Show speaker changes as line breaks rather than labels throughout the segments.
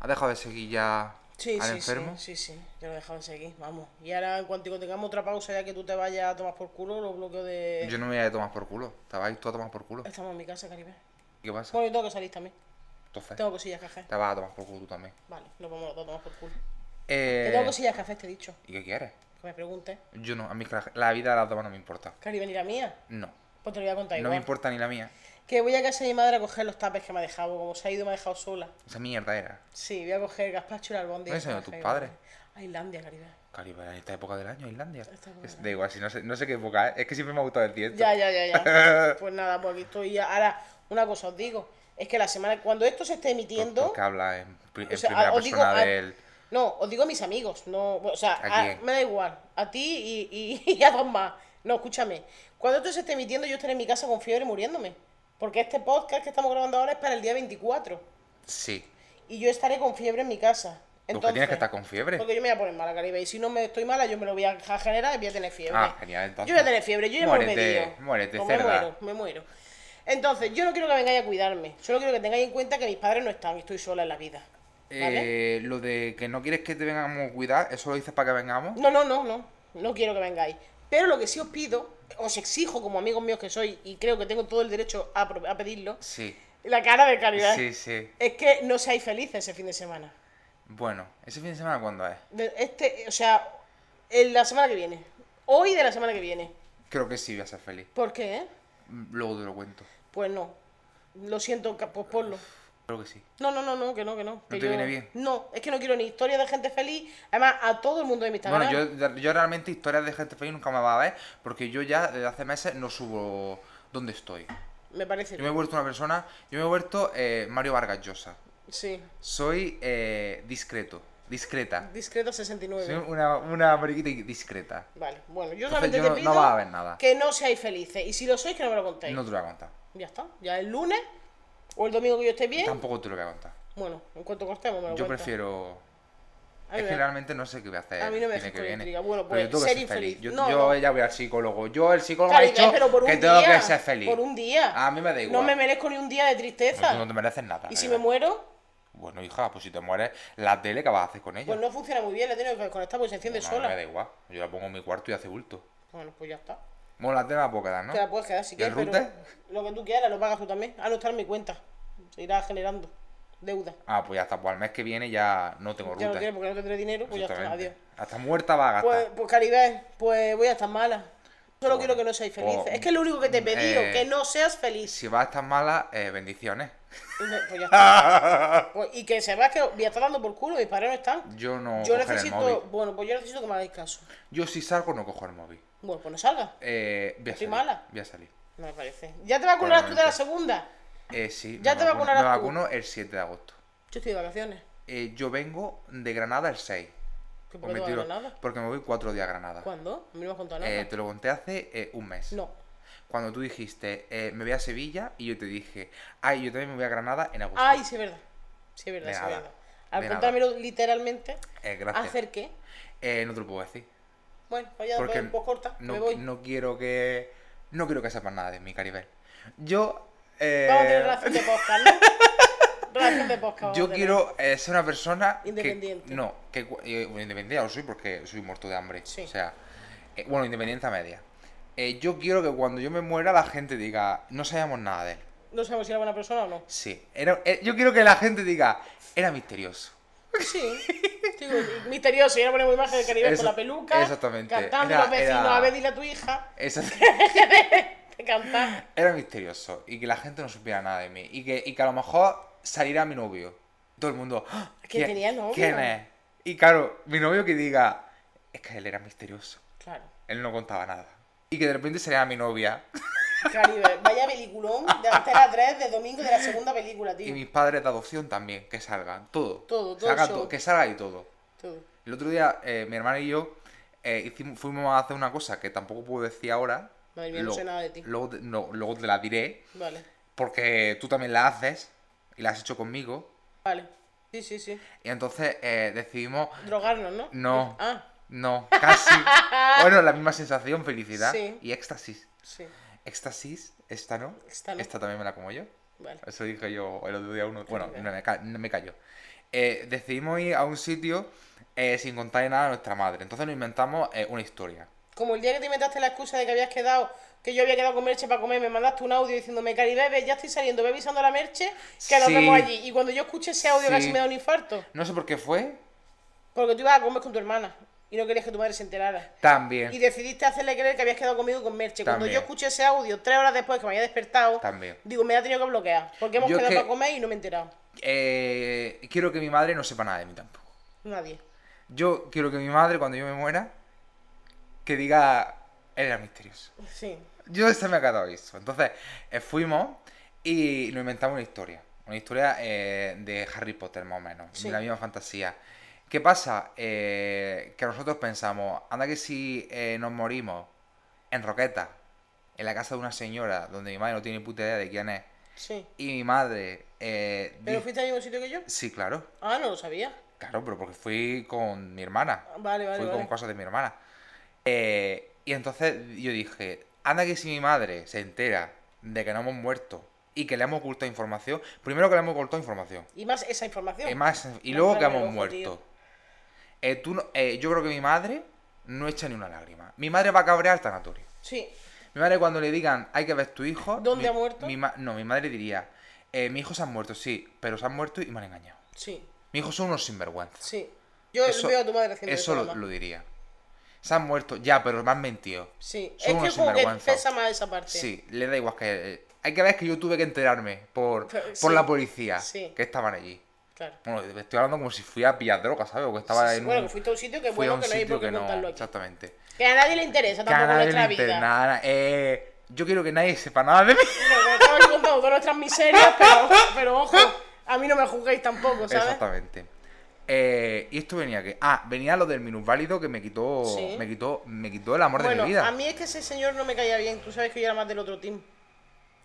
¿Ha dejado de seguir ya
Sí,
al
sí,
enfermo?
sí, sí, sí, ya lo dejamos seguir, vamos. Y ahora, en cuanto tengamos otra pausa, ya que tú te vayas a tomar por culo, los bloqueos de...
Yo no me voy a tomar por culo. Te vas a ir tú a tomar por culo.
Estamos en mi casa, Caribe.
¿Qué pasa?
Bueno, yo tengo que salir también.
Entonces,
Tengo cosillas que hacer.
te vas a tomar por culo tú también.
Vale, nos vamos los dos a tomar por culo. Que
Eh,
tengo cosillas que hacer, te he dicho.
¿Y qué quieres?
Que me preguntes.
Yo no, a mí la, la vida de las damas no me importa.
Caribe, ni la mía.
No.
Pues te lo voy a contar
No
igual.
me importa ni la mía.
Que voy a casa de mi madre a coger los tapes que me ha dejado. Como se ha ido, me ha dejado sola.
Esa mierda era.
Sí, voy a coger el gazpacho y el albóndiga.
¿Dónde se han ido
que me
tus
ha dejado
padres?
mi madre. A Islandia, Caribe.
Caribe, en esta época del año, Islandia.
Esta época
Es, da igual, si no sé, no sé qué época es. Es que siempre me ha gustado el este. esto.
Ya, ya, ya, ya. pues nada, pues aquí estoy ya. Ahora, una cosa os digo. Es que la semana... Cuando esto se esté emitiendo...
Porque habla en, pri- en
O sea,
primera
a- os digo,
persona
a-
del.
No, os digo a mis amigos, no, o sea,
¿A
a-
quién?
me da igual, a ti y, y- y a dos más. No, escúchame, cuando esto se esté emitiendo yo estaré en mi casa con fiebre muriéndome, porque este podcast que estamos grabando ahora es para el día 24
Sí.
y yo estaré con fiebre en mi casa.
Porque
Entonces,
tienes que estar con fiebre.
Porque yo me voy a poner mala, Caribe, y si no me estoy mala yo me lo voy a generar y voy a tener fiebre.
Ah, genial, entonces.
Yo voy a tener fiebre, yo ya me lo he
Muérete,
pedido.
muérete,
Pues
cerda.
Me muero, me muero. Entonces, yo no quiero que vengáis a cuidarme, solo quiero que tengáis en cuenta que mis padres no están y estoy sola en la vida. ¿Vale?
Eh, lo de que no quieres que te vengamos a cuidar, eso lo dices para que vengamos.
No, no, no, no. No quiero que vengáis. Pero lo que sí os pido, os exijo como amigos míos que soy, y creo que tengo todo el derecho a, pro- a pedirlo,
Sí,
la cara de caridad.
sí, sí.
Es que no seáis felices ese fin de semana.
Bueno, ¿ese fin de semana cuándo es?
De- Este, o sea, el- la semana que viene. Hoy de la semana que viene.
Creo que sí voy a ser feliz.
¿Por qué? eh?
Mm, Luego te lo cuento.
Pues no. Lo siento, ca- pues ponlo.
Creo que sí.
No, no, no, no, que no, que no. que
te viene bien?
No, es que no quiero ni historia de gente feliz. Además, a todo el mundo de mi Instagram.
Bueno, yo, yo realmente historias de gente feliz nunca me va a ver porque yo ya desde hace meses no subo dónde estoy.
Me parece
Yo me he
bien.
vuelto una persona, yo me he vuelto eh, Mario Vargas Llosa.
Sí.
Soy eh, discreto, discreta.
Discreto 69.
Soy una, una mariquita discreta.
Vale, bueno, yo
Entonces
solamente
yo
te
no-
pido
no va a haber nada.
que no seáis felices. Y si lo sois, que no me lo contéis.
No te lo voy a contar.
Ya está. Ya el lunes o el domingo que yo esté bien.
Tampoco te lo voy a contar.
Bueno, en cuanto cortemos, me lo
Yo
cuentas.
prefiero...
A mí
Es
me
que
da-
realmente no sé qué voy a hacer.
A mí no me
el fin
dejes
que
con
viene.
intriga. Bueno,
Pero
pues,
yo tengo que
ser
feliz.
infeliz.
Yo,
No,
yo
no.
ya voy al psicólogo. Yo, el psicólogo
Caribe,
me ha
pero por
dicho que
un
tengo
día,
que ser feliz.
Por un día.
A mí me da
No
igual.
me merezco ni un día de
Pero
tristeza.
tú no te mereces nada.
y si me
Elena.
muero,
Bueno, hija, pues si te mueres, la tele, ¿qué vas a hacer con ella?
pues no funciona muy bien. La he tenido que desconectar porque se enciende
Bueno, a mí
sola.
Me da igual. Yo la pongo en mi cuarto y hace bulto.
Bueno, pues ya está.
Bueno, la tele la puedo quedar, ¿no?
Te la puedes quedar si
¿Y
quieres.
el
Pero
router?
lo que tú quieras lo pagas tú también. Ah, no está en mi cuenta. Se irá generando deuda.
Ah, pues ya está. Pues al mes que viene ya no tengo ruta.
Ya no tienes porque no tendré dinero. Pues ya está.
Exactamente.
Adiós.
Hasta muerta va a gastar.
Pues, pues Caribe, pues voy a estar mala. Solo
Bueno,
quiero que no seáis felices.
pues,
es que es lo único que te he pedido,
eh,
que no seas feliz.
Si va a estar mala, eh, bendiciones.
Pues ya está. Pues, y que sepas que voy a estar dando por culo, mis padres no están.
Yo no
yo
cogeré el
necesito,
móvil.
bueno, pues yo necesito que me hagáis caso.
Yo si salgo no cojo el móvil.
Bueno, pues no salgas.
Eh, voy a
¿Estoy
salir.
mala?
Voy a salir.
No me parece. Ya te vacunarás tú de la
Probablemente.
segunda.
Eh, sí.
Ya
me
te
vacuno-
vacunarás
Me
tú.
vacuno el 7 de agosto.
Yo estoy de vacaciones.
Eh, yo vengo de Granada el 6.
¿Qué
Pues
por qué te
mentira,
vas a Granada?
Porque me voy cuatro días a Granada.
¿Cuándo? A mí no me has contado nada.
Eh, te lo conté hace eh, un mes.
No.
Cuando tú dijiste, eh, me voy a Sevilla, y yo te dije, ay, yo también me voy a Granada en agosto.
Ay, sí es verdad. Sí es verdad,
De
sí es
nada.
verdad. Al
De nada.
contármelo literalmente,
Eh, gracias.
¿hacer qué?
Eh, no te lo puedo decir.
Bueno, pues ya
Porque
pues, pues corta,
no,
me voy.
no quiero que. No quiero que sepas nada de mi Caribel. Yo. eh,
Vamos a tener relación de podcast, ¿no? relación de podcast. vamos a
yo
tener.
quiero eh, ser una persona. que-
Independiente.
no, que, cu- eh, bueno, independiente ya lo soy porque soy muerto de hambre.
Sí.
O sea, eh, bueno, independiente a media. Eh, yo quiero que cuando yo me muera la gente diga, no sabíamos nada de él.
No sabemos si era buena persona o no.
Sí, era- eh, yo quiero que la gente diga, era misterioso.
Sí. Digo, y misterioso. Y ahora ponemos imagen de Caribe
Eso-
con la peluca.
exactamente.
Cantando
Era-
los vecinos.
era-
A ver, dile a tu hija
Esa-
de cantar.
era misterioso y que la gente no supiera nada de mí. Y que, y que a lo mejor saliera mi novio. Todo el mundo, "¡Ah!
Que tenía novio".
¿Quién es? Y claro, mi novio que diga, es que él era misterioso.
Claro.
Él no contaba nada. Y que de repente saliera mi novia
Caribe, vaya peliculón de Antena 3 de domingo de la segunda película,
y
tío.
mis padres de adopción también, que salgan, todo.
Todo, todo
Salga
el show.
que salga y todo.
Tú.
El otro día, eh, mi hermana y yo eh, hicimos- fuimos a hacer una cosa que tampoco puedo decir ahora.
Madre mía, no
Luego-
sé nada de ti.
Luego, te- no, luego te la diré,
Vale.
porque tú también la haces y la has hecho conmigo.
Vale. Sí, sí, sí.
Y entonces eh, decidimos,
Drogarnos, ¿no?
No.
Ah,
no, casi. bueno, la misma sensación, felicidad
Sí.
y éxtasis.
sí.
Éxtasis, esta no.
Esta no.
también me la como yo.
Vale.
Eso dije yo el otro día a uno. Bueno,
bien.
no me, ca- no me cayó. eh, decidimos ir a un sitio eh, sin contarle nada a nuestra madre. Entonces nos inventamos eh, una historia.
Como el día que te inventaste la excusa de que habías quedado, que yo había quedado con Merche para comer, me mandaste un audio diciéndome, Cari Bebe, ya estoy saliendo, ve avisando a la Merche que nos
Sí.
vemos allí. Y cuando yo escuché ese audio
Sí.
casi me da un infarto.
No sé por qué fue.
Porque tú ibas a comer con tu hermana y no querías que tu madre se enterara.
También.
Y decidiste hacerle creer que habías quedado conmigo y con Merche. Cuando
También.
yo escuché ese audio, tres horas después que me había despertado,
También.
digo, me ha tenido que bloquear. Porque hemos
Yo es
quedado
que-
para comer y no me he enterado.
Eh, quiero que mi madre no sepa nada de mí tampoco.
Nadie.
Yo quiero que mi madre, cuando yo me muera, que diga, él era misterioso.
Sí.
Yo se me ha quedado eso. Entonces, eh, fuimos y nos inventamos una historia. Una historia eh, de Harry Potter, más o menos.
Sí.
De la misma fantasía. ¿Qué pasa? Eh, que nosotros pensamos, anda que si eh, nos morimos en Roqueta, en la casa de una señora, donde mi madre no tiene ni puta idea de quién es,
Sí.
y mi madre... eh,
¿Pero
di-
fuiste al mismo sitio que yo?
Sí, claro.
Ah, no lo sabía. Ah,
Claro, pero porque fui con mi hermana.
Vale, vale,
fui con
vale.
cosas de mi hermana. Eh, y entonces yo dije, anda que si mi madre se entera de que no hemos muerto y que le hemos ocultado información, primero que le hemos ocultado información.
Y más esa información.
Y, más, y
La
luego que
cara en el
hemos
ojo, tío.
muerto. Eh, tú no- eh, yo creo que mi madre no echa ni una lágrima. Mi madre va a cabrear al tanatorio.
Sí.
Mi madre cuando le digan, hay que ver tu hijo...
¿Dónde
mi-
ha muerto?
mi ma- no, mi madre diría, "Eh, mi hijo se ha muerto, sí, pero se han muerto y me han engañado.
Sí.
Mi hijo son unos sinvergüenzas.
Sí. Yo
Eso-
veo a tu madre haciendo
Eso
eso
lo,
además.
lo diría. Se han muerto, ya, pero me han mentido.
Sí.
Son unos
es que como que
sinvergüenzas.
pesa más esa parte.
Sí, le da igual que. eh, Hay que ver que yo tuve que enterarme por,
Pero,
por
sí,
la policía
sí.
que estaban allí.
Claro.
Bueno, te estoy hablando como si fui a pillar droga, ¿sabes? O que estaba
Sí, sí.
en
Bueno,
un-
que fuiste a un sitio que
fui a
bueno
un
que no hay
sitio
por qué
que no-
contarlo aquí.
Exactamente.
Que a nadie le interesa
Que a
tampoco
nadie
nuestra
le
vida.
interesa nada. eh, yo quiero que nadie sepa nada de mí.
Bueno, que estamos aquí contando todas nuestras miserias, pero, pero ojo, a mí no me juzguéis tampoco, ¿sabes?
Exactamente. Eh, y esto venía que. Ah, venía lo del minusválido que me quitó.
Sí.
Me quitó. Me quitó el amor de
Bueno,
mi vida.
a mí es que ese señor no me caía bien. Tú sabes que yo era más del otro team.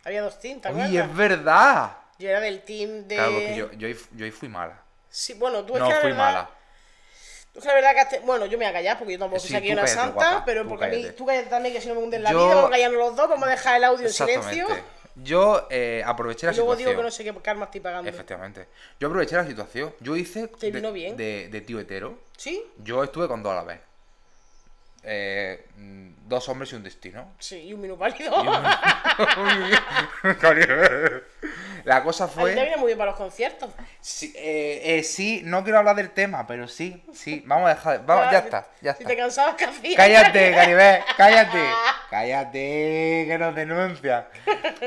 Había dos teams, ¿te
Oye,
acuerdas?
es verdad.
Yo era del team de... Pues
Claro, porque yo, yo, ahí fu- yo ahí fui mala.
Sí, bueno, tú es
No
que la
fui
verdad...
mala.
Tú es que la verdad que... has te- Bueno, yo me voy a callar porque yo tampoco
Sí,
soy aquí
tú
una
cállate,
santa,
guapa,
pero
tú
porque a mí...
cállate.
Tú cállate también, que si no me hunden la
Yo-
vida, vamos a callarnos los dos, vamos a dejar el audio en silencio.
Yo eh, aproveché la
Y luego
situación.
digo que no sé qué karma estoy pagando.
Efectivamente. Yo aproveché la situación. Yo hice
Te vino
de,
bien.
De, de tío hetero.
¿Sí?
Yo estuve con dos a la vez. Eh, mm, dos hombres y un destino.
Sí, y un minuto válido.
Y un- Caribe. la cosa
A mí te
fue.
viene muy bien para los conciertos.
Sí, eh, eh, sí, no quiero hablar del tema, pero sí, sí. Vamos a dejar. Vamos, ya
Claro,
está, ya
Si
está.
te cansabas, ¿qué hacías?
Cállate, Garibé, cállate. Cállate, que nos denuncia.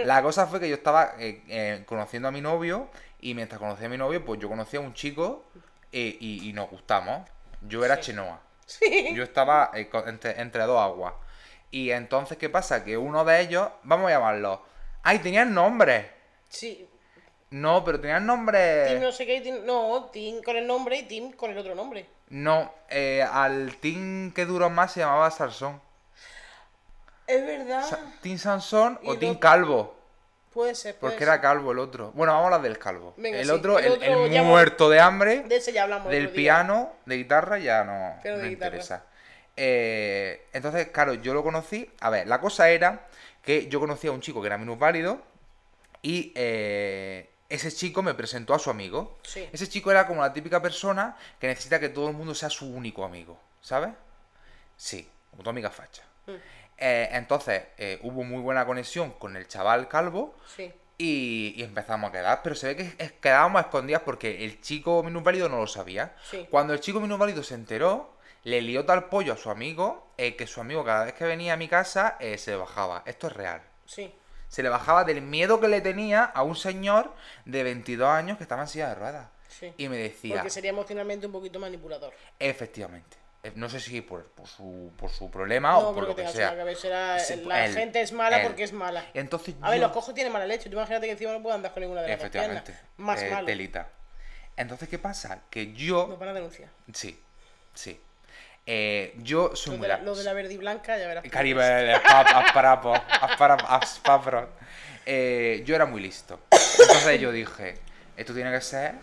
La cosa fue que yo estaba eh, eh, conociendo a mi novio y mientras conocía a mi novio, pues yo conocía a un chico eh, y, y nos gustamos. Yo era
Sí.
chenoa.
Sí.
Yo estaba eh, co- entre, entre dos aguas. Y entonces, ¿qué pasa? Que uno de ellos, vamos a llamarlo. ¡Ay, tenían nombre!
Sí.
No, pero tenían
Tim
nombre.
no sé qué, Tim- no, Tim con el nombre y Tim con el otro nombre.
No, eh, al team que duró más se llamaba Sarsón.
Es verdad.
Sa- ¿Team Sansón
Ah. Y
o Team
lo-
Calvo?
puede ser, puede
Porque
ser.
era calvo el otro. Bueno, vamos a hablar del calvo.
Venga,
el,
sí.
otro,
El
el
otro
el
ya hemos-
muerto de hambre,
De ese ya hablamos.
del
otro día.
piano, de guitarra, ya no
Piano de
me
guitarra.
interesa. Eh, entonces, claro, yo lo conocí. A ver, la cosa era que yo conocí a un chico que era minusválido y eh, ese chico me presentó a su amigo.
Sí.
Ese chico era como la típica persona que necesita que todo el mundo sea su único amigo, ¿sabes? Sí, como tu amiga facha.
Mm,
Eh, entonces, eh, hubo muy buena conexión con el chaval calvo.
Sí.
Y, y empezamos a quedar, pero se ve que es- quedábamos a escondidas porque el chico minusválido no lo sabía.
Sí.
Cuando el chico minusválido se enteró, le lió tal pollo a su amigo eh, que su amigo cada vez que venía a mi casa eh, se le bajaba. Esto es real.
Sí.
Se le bajaba del miedo que le tenía a un señor de 22 años que estaba en silla de ruedas.
Sí.
Y me decía,
Porque sería emocionalmente un poquito manipulador.
efectivamente, eh, no sé si por, por su, por su problema o por
porque
lo que
tengas
sea.
una cabeza, era-
Sí,
la
él,
gente es mala
él.
porque es mala.
Entonces
A ver,
yo-
los cojos tienen mala leche. Tú imagínate que encima no puedo andar con ninguna de las dos piernas.
Efectivamente.
Más
eh,
malo.
Telita. Entonces, ¿qué pasa? Que yo...
Nos van a denunciar.
Sí, sí. Eh, yo soy
Lo
muy
de, la,
la-
lo de la verde y blanca, ya verás. tú.
Caribe, asparapo, asparapo, asparapo. Eh, yo era muy listo. Entonces yo dije, esto tiene que ser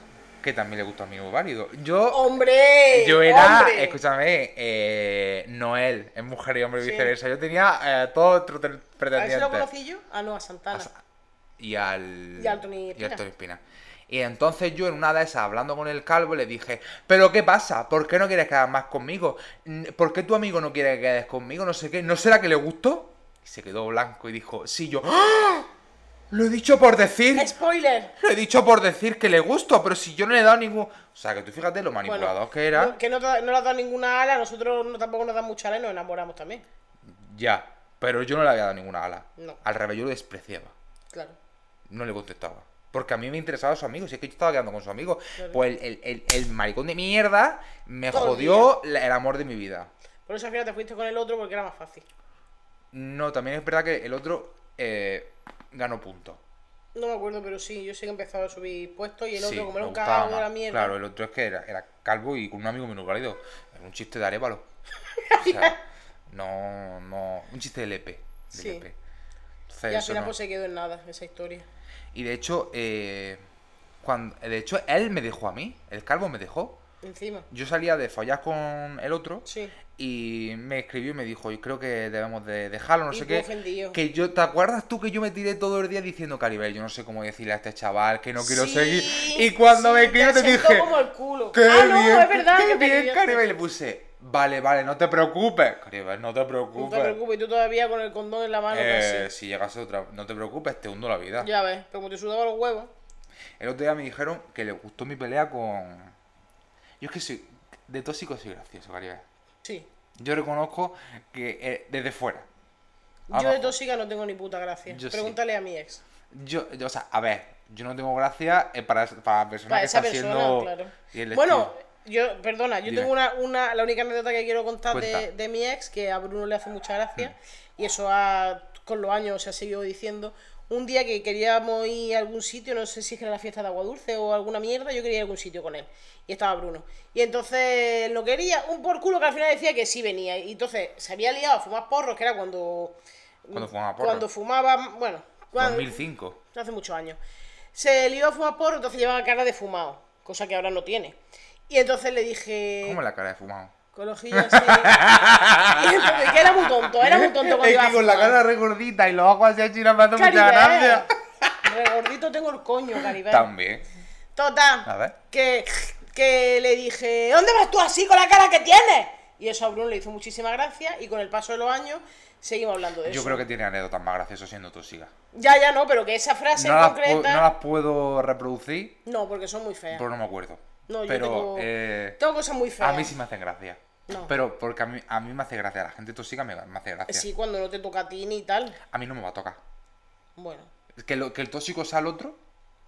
que también le gusta a mi válido. Yo,
¡Oh, ¡Hombre!
yo era,
¡Hombre!
escúchame, eh, Noel, es mujer y hombre
Sí.
viceversa. Yo tenía eh, todo otro tre-
¿A ese lo
pretendiente.
conocí yo? Ah, no, a Santana.
A Sa- Y al,
Y al
y
Tony
al
Espina.
Tony Espina. Y entonces yo en una de esas, hablando con el calvo, le dije, ¿pero qué pasa? ¿Por qué no quieres quedar más conmigo? Mm, ¿Por qué tu amigo no quiere que quedes conmigo? No sé qué. ¿No será que le gustó? Y se quedó blanco y dijo, sí, yo... "¡Ah! Lo he dicho por decir.
Spoiler.
Lo he dicho por decir que le gusto, pero si yo no le he dado ningún... O sea, que tú fíjate lo
Bueno,
manipulador que era.
no- que no, te- no le has dado ninguna ala, nosotros no, tampoco nos dan mucha ala y nos enamoramos también.
Ya, pero yo no le había dado ninguna ala.
No.
Al revés, yo lo despreciaba.
Claro.
No le contestaba. Porque a mí me interesaba su amigo. Si es que yo estaba quedando con su amigo.
Claro.
Pues el, el- el- el maricón de mierda me
Todo el
jodió la- el amor de mi vida.
Por eso al final te fuiste con el otro porque era más fácil.
No, también es verdad que el otro eh, ganó puntos.
No me acuerdo, pero sí, yo sé que empezaba a subir puestos y el
Sí,
otro, como era
me
un
gustaba
cagado de
más.
la mierda.
Claro, el otro es que era, era calvo y con un amigo menos válido. Era un chiste de arépalo. O sea, no, no. Un chiste de lepe. De
Sí.
lepe. Entonces,
y al
eso
final
no.
pues se quedó en nada esa historia.
Y de hecho, eh, cuando, de hecho, él me dejó a mí, el calvo me dejó.
Encima.
Yo salía de follar con el otro
Sí.
y me escribió y me dijo, yo creo que debemos de dejarlo, no
Y
sé
tú
qué.
ofendido.
Que yo, ¿te acuerdas tú que yo me tiré todo el día diciendo, Caribel, yo no sé cómo decirle a este chaval que no quiero
Sí,
seguir? Y cuando
sí,
me escribió te
sentó
dije,
como el culo.
¡Qué
ah, no,
bien,
es verdad
qué
que te
bien,
dio-
Caribel! Y le puse, vale, vale, no te preocupes. Caribel, no te
No
preocupes.
te preocupes, y tú todavía con el condón en la mano
Eh,
casi.
si llegase otra, no te preocupes, te hundo la vida.
Ya ves, pero como te sudaba los huevos.
El otro día me dijeron que les gustó mi pelea con. Yo es que soy. De tóxico soy gracioso, Caribe.
Sí.
Yo reconozco que eh, desde fuera. A
Yo
lo
de
mejor-
tóxica no tengo ni puta gracia.
Yo sí.
Pregúntale a mi ex.
Yo, yo, o sea, a ver, yo no tengo gracia eh, para, para la persona
Para
que
esa
está
persona,
haciendo.
claro.
y el
Bueno,
estilo.
yo, perdona, yo
Dime.
tengo una, una, la única anécdota que quiero contar de,
Cuenta. Mm.
de mi ex, que a Bruno le hace mucha gracia, y eso ha- con los años se ha seguido diciendo. Un día que queríamos ir a algún sitio, no sé si es que era la fiesta de Agua Dulce o alguna mierda, yo quería ir a algún sitio con él. Y estaba Bruno. Y entonces lo quería, un por culo que al final decía que sí venía. Y entonces se había liado a fumar porros, que era cuando.
Cuando fumaba porros.
Cuando fumaba, bueno. cuando-
2005.
hace muchos años. Se lió a fumar porro, entonces llevaba cara de fumado, cosa que ahora no tiene. Y entonces le dije.
¿Cómo la cara de fumado?
Con los ojillos así. y entonces, que era muy tonto, era muy tonto cuando
Es
iba a
que con la
fumar.
cara regordita y los ojos así achinas me hace mucha
Caribe,
gracia.
Regordito tengo el coño, Caribe.
También. A
Total.
ver.
Que, que le dije, ¿dónde vas tú así con la cara que tienes? Y eso a Bruno le hizo muchísima gracia y con el paso de los años seguimos hablando de eso.
Yo creo que tiene anécdotas más graciosas siendo tóxica.
Ya, ya no, pero que esa frase
No
en
las pu-
concreta.
no las puedo reproducir,
No, porque son muy feas.
pero no me acuerdo.
No, yo
pero,
tengo-
eh,
Tengo cosas muy feas.
A mí sí me hacen gracia.
No.
Pero porque a mí, a mí me hace gracia, la gente tóxica me, me hace gracia.
Sí, cuando no te toca a ti ni tal.
A mí no me va a tocar.
Bueno,
Que, lo, que el tóxico sea el otro,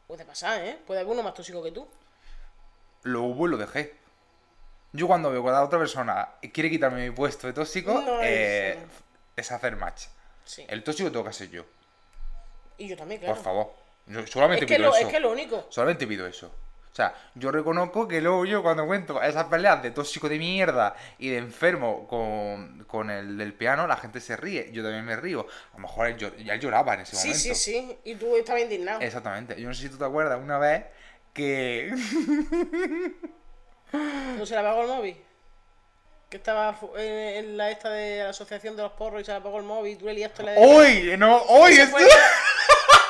puede pasar, ¿eh? Puede haber uno más tóxico que tú.
lo hubo y lo dejé. Yo cuando veo que la otra persona quiere quitarme mi puesto de tóxico,
No,
eh,
eso
es hacer match.
Sí.
El tóxico tengo que ser yo,
Y yo también, claro.
por favor. Yo solamente
Es que,
pido
lo,
eso.
es que lo único.
Solamente pido eso. O sea, yo reconozco que luego yo cuando cuento esas peleas de tóxico de mierda y de enfermo con, con el del piano, la gente se ríe. Yo también me río. A lo mejor él, llo- ya él lloraba en ese
Sí,
momento.
sí, sí. Y tú estabas indignado.
Exactamente. Yo no sé si tú te acuerdas una vez que...
¿No se la apagó el móvil? Que estaba fu- en, en la esta de la asociación de los porros y se la apagó el móvil. Y tú le liaste la de...
¡Hoy! ¡No! ¡Hoy!
Eso
Es,
fue el día-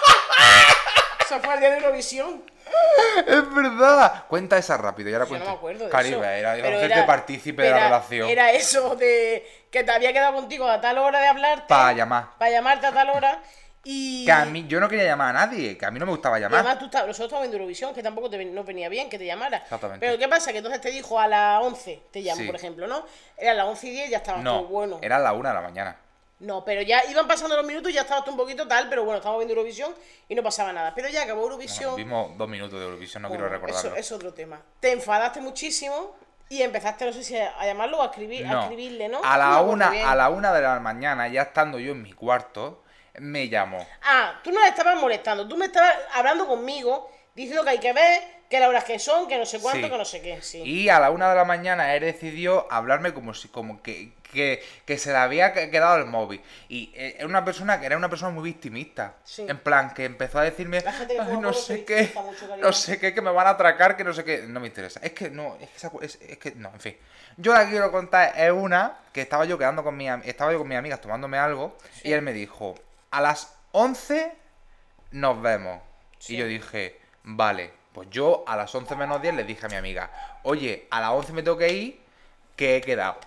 Eso fue el día de Eurovisión.
es verdad! Cuenta esa rápido. Y ahora
Yo no
cuento.
me acuerdo de
pues, Caribe,
eso.
era
Pero
hacerte partícipe de la
era-
relación.
Era eso de que te había quedado contigo a tal hora de hablarte.
Para llamar.
Para llamarte a tal hora. Y...
Que a mí, yo no quería llamar a nadie, que a mí no me gustaba
Y
llamar.
además tú estabas, nosotros estábamos en Eurovisión, que tampoco te ven- no venía bien que te llamara.
Exactamente.
Pero ¿qué pasa? Que entonces te dijo a las 11, te llamo,
Sí.
por ejemplo, ¿no? Era a las 11 y 10, ya estabas
no,
tú ah, pues bueno.
era la una de la mañana.
No, pero ya iban pasando los minutos y ya estabas tú un poquito tal, pero bueno, estábamos viendo Eurovisión y no pasaba nada. Pero ya acabó Eurovisión.
Bueno, vimos dos minutos de Eurovisión, no quiero
Bueno,
recordarlo.
eso es otro tema. Te enfadaste muchísimo y empezaste, no sé si a llamarlo o a, escribir, a escribirle, ¿no?
A
No me
la,
acuerdo
una,
bien.
a la una de la mañana, ya estando yo en mi cuarto, me llamó.
Ah, tú no le estabas molestando, tú me estabas hablando conmigo, diciendo que hay que ver, que las horas que son, que no sé cuánto,
Sí.
que no sé qué, sí.
Y a la una de la mañana él decidió hablarme como si, como que, que, que se le había que- quedado el móvil. Y eh, era una persona que era una persona muy victimista.
Sí.
En plan, que empezó a decirme,
La gente que
"Ay,
fuma
no
porro se
sé qué,
victimiza mucho, cariño".
no sé qué, que me van a atracar, que no sé qué. No me interesa. Es que no, es que, esa cu- es, es que no, en fin. Yo la que quiero contar es una que estaba yo quedando con mi, am- estaba yo con mis amigas tomándome algo y él me dijo, a las 11 nos vemos.
Sí.
Y yo dije, vale, Pues yo a las 11 menos 10 le dije a mi amiga, oye, a las 11 me tengo que ir, que he quedado.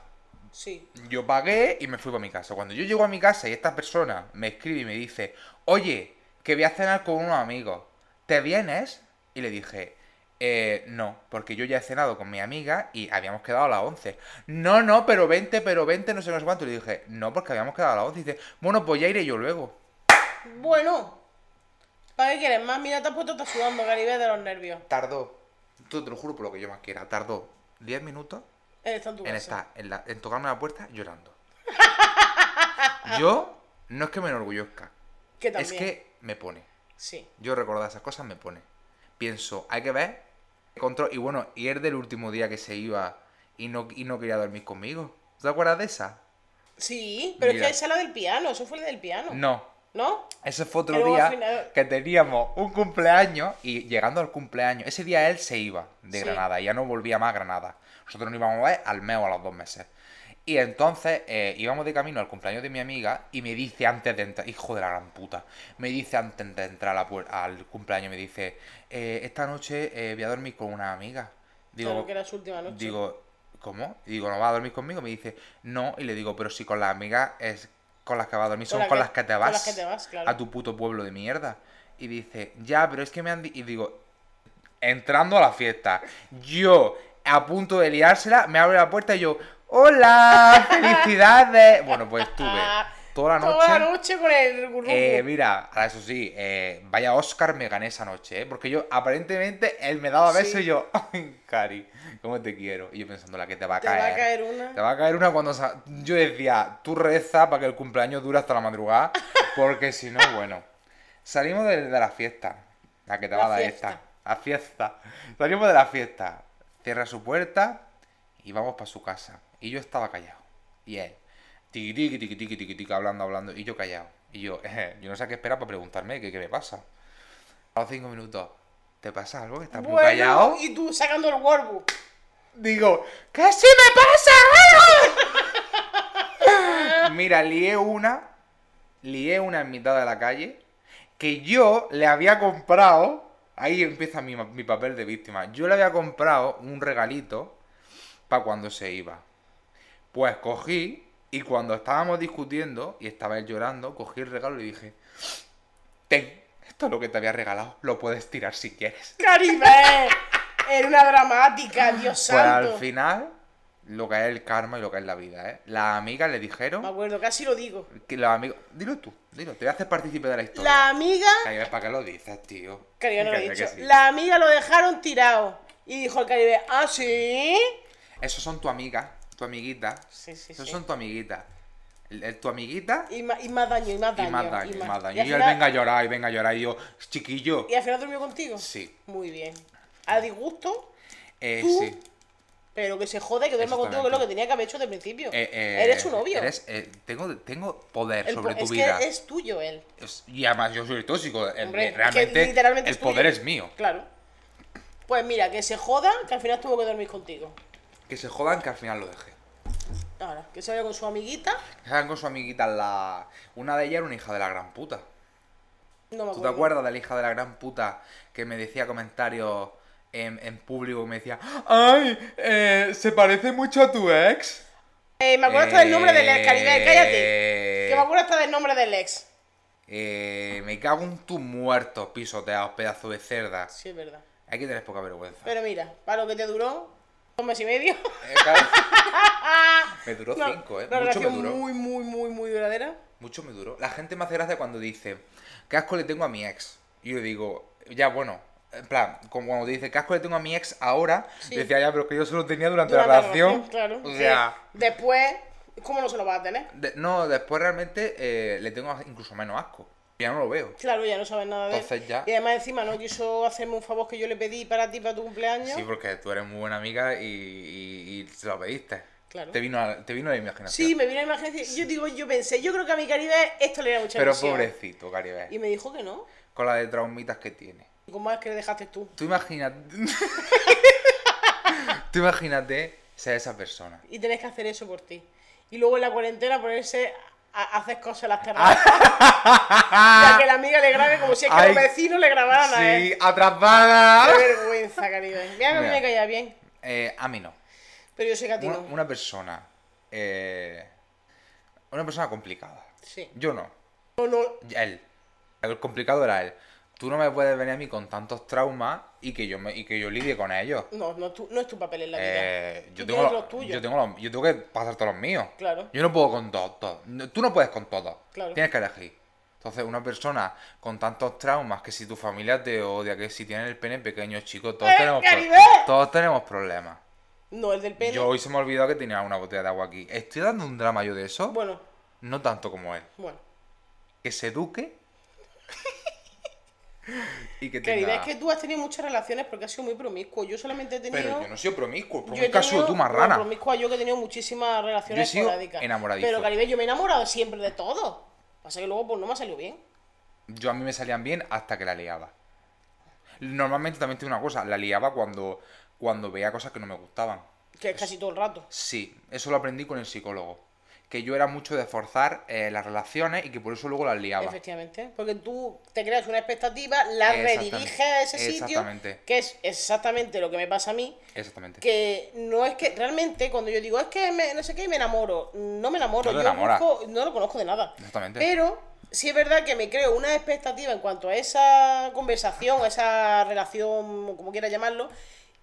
Sí.
Yo pagué y me fui para mi casa. Cuando yo llego a mi casa y esta persona me escribe y me dice, oye, que voy a cenar con unos amigos, ¿te vienes? Y le dije, "Eh, no, porque yo ya he cenado con mi amiga y habíamos quedado a las 11. No, no, pero 20, pero 20, no sé, no sé cuánto. Y le dije, no, porque habíamos quedado a las 11. Y dice, bueno, pues ya iré yo luego.
Bueno. ¿Para qué quieres más? Mira, te has puesto hasta sudando, Caribe, de los nervios.
Tardó, tú te lo juro por lo que yo más quiera, tardó 10 minutos
Él está en tu
en,
casa.
estar en, la- en tocarme la puerta llorando. Yo no es que me enorgullezca,
Que
es
también.
que me pone.
Sí.
Yo recordar esas cosas me pone. Pienso, hay que ver. Control. Y bueno, y es del último día que se iba y no, y no quería dormir conmigo. ¿Te acuerdas de esa?
Sí, pero
Mira.
es que esa es la del piano, eso fue la del piano.
No.
¿No?
Ese fue otro
Pero al
día
final-
que teníamos un cumpleaños y llegando al cumpleaños, ese día él se iba de
Sí.
Granada y ya no volvía más a Granada. Nosotros nos íbamos a ver al mes o a los dos meses. Y entonces eh, íbamos de camino al cumpleaños de mi amiga y me dice antes de entrar, hijo de la gran puta, me dice antes de entrar a la puer- al cumpleaños, me dice, "Eh, esta noche eh, voy a dormir con una amiga. Digo,
claro que era su última noche.
Digo, ¿cómo? Y digo, ¿no vas a dormir conmigo? Me dice, no. Y le digo, pero si con las amigas es con las que vas a dormir,
Con
son
las
con
que-
las que te
con
vas.
las que te vas, claro.
A tu puto pueblo de mierda. Y dice, ya, pero es que me han... di-". Y digo, entrando a la fiesta, yo, a punto de liársela, me abre la puerta y yo, hola, felicidades. bueno, pues estuve toda la noche...
Toda la noche con el gurú.
Eh, mira, ahora eso sí, eh, vaya Oscar me gané esa noche, ¿eh? Porque yo, aparentemente, él me daba besos
Sí.
y yo, ay, Cari, ¿cómo te quiero? Y yo pensando, la que te va a
Te
caer.
va a caer una.
Te va a caer una cuando... sa- Yo decía, tú reza para que el cumpleaños dure hasta la madrugada, porque si no, bueno. Salimos de, de la fiesta, la que te
La
va a dar
fiesta.
esta. La fiesta. Salimos de la fiesta, cierra su puerta y vamos para su casa. Y yo estaba callado. Y él, tiqui tiqui tiqui tiqui tiqui tiqui, hablando, hablando, y yo callado. Y yo, yo no sé qué esperar para preguntarme qué, qué me pasa. A los cinco minutos, ¿te pasa algo que estás muy
Bueno,
callado?
y tú sacando el workbook.
Digo, ¿qué se me pasa algo? Mira, lié una, lié una en mitad de la calle, que yo le había comprado, ahí empieza mi, mi papel de víctima, yo le había comprado un regalito para cuando se iba. Pues cogí, y cuando estábamos discutiendo, y estaba él llorando, cogí el regalo y le dije, ten, esto es lo que te había regalado, lo puedes tirar si quieres.
Caribe. Era una dramática, Dios
Pues
santo.
al final, lo que es el karma y lo que es la vida, ¿eh? Las amigas le dijeron.
Me acuerdo, casi lo digo.
Que los amigos. Dilo tú, dilo, te voy a hacer partícipe de la historia.
La amiga.
Caribe, ¿para qué lo dices, tío?
Caribe no lo he
Caribe,
dicho.
que sí.
La amiga lo dejaron tirado. Y dijo el Caribe, ¿ah, sí?
Esos son tu amiga, tu amiguita.
Sí, sí,
Esos
sí.
son tu amiguita. El- el- tu amiguita y,
Y, ma- y más daño, y más daño.
más daño, y más daño. Y,
al
él
final-
venga a llorar, y venga a llorar. Y yo, chiquillo.
¿Y al final durmió contigo?
Sí.
Muy bien. A disgusto,
Eh,
tú-
sí.
pero que se jode, que duerma contigo, que es lo que tenía que haber hecho desde el principio.
Eh, eh,
eres su novio.
eres, eh, tengo, tengo poder
El po-
sobre tu
es
vida.
que es tuyo él.
Es- Y además, yo soy tóxico. el-
Hombre, es que
realmente,
literalmente
el
es tuyo.
poder es mío.
Claro. Pues mira, que se joda, que al final tuvo que dormir contigo.
Que se jodan que al final lo dejé.
Ahora, que se vaya con su amiguita,
Que salgan con su amiguita la. Una de ellas era una hija de la gran puta.
no me acuerdo.
¿Tú te acuerdas de la hija de la gran puta que me decía comentarios en, en público? Me decía, ¡ay! eh, se parece mucho a tu ex.
Eh, me acuerdo hasta del nombre del ex, Caribe, cállate.
Eh,
Que me acuerdo hasta del nombre del ex.
eh, me cago en tus muertos, pisoteados, pedazo de cerda.
Sí, es verdad.
Hay que tener poca vergüenza.
Pero mira, para lo que te duró, dos meses y medio.
Eh, claro. me duró
Una-
cinco, ¿eh?
Una
Mucho me
relación
duró.
muy, muy, muy, muy duradera.
Mucho me duró. La gente me hace gracia cuando dice, ¿qué asco le tengo a mi ex? Y yo digo, ya bueno, en plan, como cuando te dice, ¿qué asco le tengo a mi ex ahora?
Sí.
Decía, ya, pero que yo solo tenía durante,
Durante
la relación.
claro.
O
Sí.
sea,
Después, ¿cómo no se lo vas a tener?
de- no, después realmente eh, le tengo incluso menos asco. Ya no lo veo.
Claro, ya no sabes nada de él.
Entonces ya.
Y además encima no quiso hacerme un favor que yo le pedí para ti, para tu cumpleaños.
Sí, porque tú eres muy buena amiga y, y- y se lo pediste.
Claro.
Te vino, a- te vino la imaginación.
Sí, me vino la imagen y yo digo, yo pensé, yo creo que a mi Caribe esto le era mucha
pero
ilusión.
pobrecito, Caribe.
Y me dijo que no.
Con la de traumitas que tiene.
¿Cómo más que le dejaste tú?
Tú imagínate. tú imagínate ser esa persona.
Y tenés que hacer eso por ti. Y luego en la cuarentena ponerse ha- haces cosas las terrazas. Para que la amiga le grabe como si es que
Ah. Ay,
los vecinos le grabaran a él.
Sí, atrapada.
Qué vergüenza, cariño. Mira que a mí
Mira.
me caía bien.
Eh, a mí no.
Pero yo sé que a ti
Una,
no.
una persona. eh, una persona complicada.
Sí.
Yo no.
No, no.
Él. El complicado era él. Tú no me puedes venir a mí con tantos traumas y que yo me, y que yo lidie con ellos.
No, no, tú- no es tu papel en la vida.
Eh, yo, tengo
Tú tienes
los-
los tuyos.
yo tengo los- yo tengo que pasar todos los míos.
Claro.
Yo no puedo con todos. todos. No, Tú no puedes con todos.
Claro.
Tienes que elegir. Entonces, una persona con tantos traumas que si tu familia te odia, que si tienen el pene pequeño, chicos, todos,
¡Eh,
tenemos, pro-
Caribe!
todos tenemos problemas.
No, el del pene.
Yo hoy se me ha olvidado que tenía una botella de agua aquí. Estoy dando un drama yo de eso.
Bueno,
No tanto como él.
bueno.
Que se eduque. y que tenga...
Querida, es que tú has tenido muchas relaciones porque has sido muy promiscuo. Yo solamente he tenido.
Pero yo no he sido promiscuo.
yo he
Promiscua has sido
tenido-
tú,
bueno,
marrana.
promiscua yo que he tenido muchísimas relaciones
Yo he sido
esporádicas.
enamoradizo.
Pero Caribe, yo me he enamorado siempre de todo. Pasa que luego pues no me ha salido bien.
Yo a mí me salían bien hasta que la liaba. Normalmente también tengo una cosa, la liaba cuando, cuando veía cosas que no me gustaban.
Que es casi todo el rato.
Sí, eso lo aprendí con el psicólogo. Que yo era mucho de forzar eh, las relaciones y que por eso luego las liaba.
Efectivamente. Porque tú te creas una expectativa, la
Exactamente.
rediriges a ese sitio.
Exactamente.
Que es exactamente lo que me pasa a mí.
Exactamente.
que no es que realmente cuando yo digo es que me- no sé qué y me enamoro, no me enamoro,
No te
yo
enamoras.
busco- no lo conozco de nada.
Exactamente.
Pero sí es verdad que me creo una expectativa en cuanto a esa conversación, a esa relación, o como quiera llamarlo,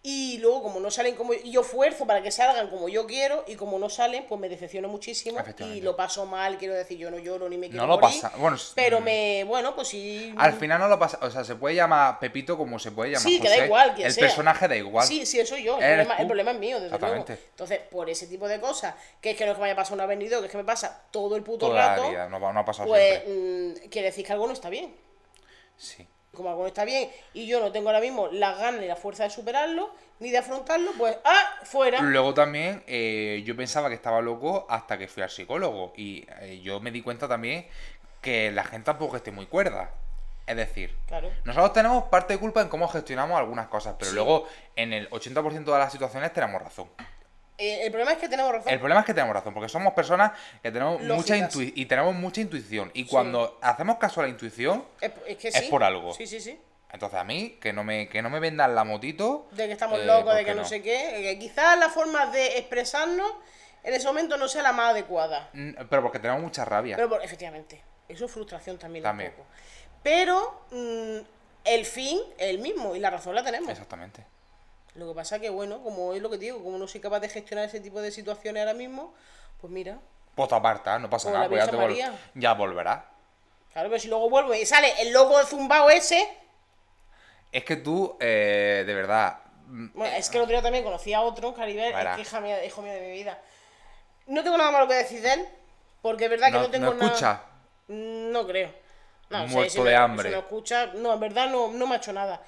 y luego como no salen como y yo fuerzo para que salgan como yo quiero y como no salen, pues me decepciono muchísimo y
Efectivamente.
lo paso mal, quiero decir, yo no lloro ni me quiero
No lo
morir,
pasa- bueno, es-
pero
mm.
me bueno, pues sí
Al final no lo pasa, o sea, se puede llamar Pepito como se puede llamar
Sí, que da
José.
igual quien
El
sea.
personaje da igual.
Sí, sí, eso yo. El
Eres
problema,
tú.
el problema es mío, desde luego.
Exactamente.
Entonces, por ese tipo de cosas, que es que no es que me haya pasado una vez ni dos, que es que me pasa todo el puto
Toda
rato,
la vida, no, va- no ha pasado
pues
siempre.
mm, quiere decir que algo no está bien.
Sí.
Como algo no está bien y yo no tengo ahora mismo las ganas ni la fuerza de superarlo, ni de afrontarlo, pues ¡ah! ¡Fuera!
Luego también eh, yo pensaba que estaba loco hasta que fui al psicólogo y eh, yo me di cuenta también que la gente tampoco esté muy cuerda. Es decir,
Claro.
nosotros tenemos parte de culpa en cómo gestionamos algunas cosas, pero luego en el 80% de las situaciones tenemos razón.
Eh, el problema es que tenemos razón.
El problema es que tenemos razón, porque somos personas que tenemos mucha
Lógicas.
intui- y tenemos mucha intuición y cuando hacemos caso a la intuición,
Es, es que
es
sí.
por algo.
Sí, sí, sí.
entonces a mí que no me que no me vendan la motito
De que estamos
eh,
locos, de
porque
que no, sé qué. eh, Que quizás la forma de expresarnos en ese momento no sea la más adecuada.
Mm, Pero porque tenemos mucha rabia.
Pero por- efectivamente, eso es frustración también,
También.
un poco. Pero mm, el fin es el mismo y la razón la tenemos.
Exactamente.
Lo que pasa que, bueno, como es lo que te digo, como no soy capaz de gestionar ese tipo de situaciones ahora mismo, pues mira,
Pues te aparta, no pasa
Como
nada,
la
pues ya, te
Virgen
vol-
María.
ya volverá.
claro, pero si luego vuelvo y sale el loco zumbao ese,
Es que tú, eh, de verdad, mm,
bueno, es que el otro día también conocí a otro, Caribe,
Verá.
es que hija mía, hijo mío de mi vida. No tengo nada malo que decir de él, porque es verdad que
no,
no,
no
tengo nada...
escuchas.
No creo. No, o sea,
Muerto
si me-
de hambre.
si me escucha, no, en verdad no, no me ha hecho nada.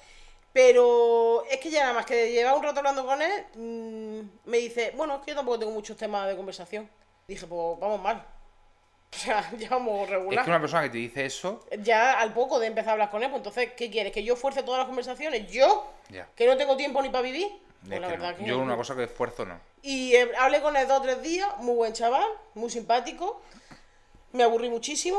Pero es que ya nada más que llevaba un rato hablando con él, mm, me dice, bueno, es que yo tampoco tengo muchos temas de conversación. Dije, pues vamos mal. O sea, ya vamos
Es
regular.
que una persona que te dice eso,
Ya al poco de empezar a hablar con él, pues entonces, ¿qué quieres? ¿Que yo fuerce todas las conversaciones? ¿Yo?
ya.
¿Que no tengo tiempo ni para vivir? Pues
es
la
que
verdad
no.
que...
Yo una cosa que esfuerzo no.
Y eh, hablé con él dos o tres días, muy buen chaval, muy simpático. Me aburrí muchísimo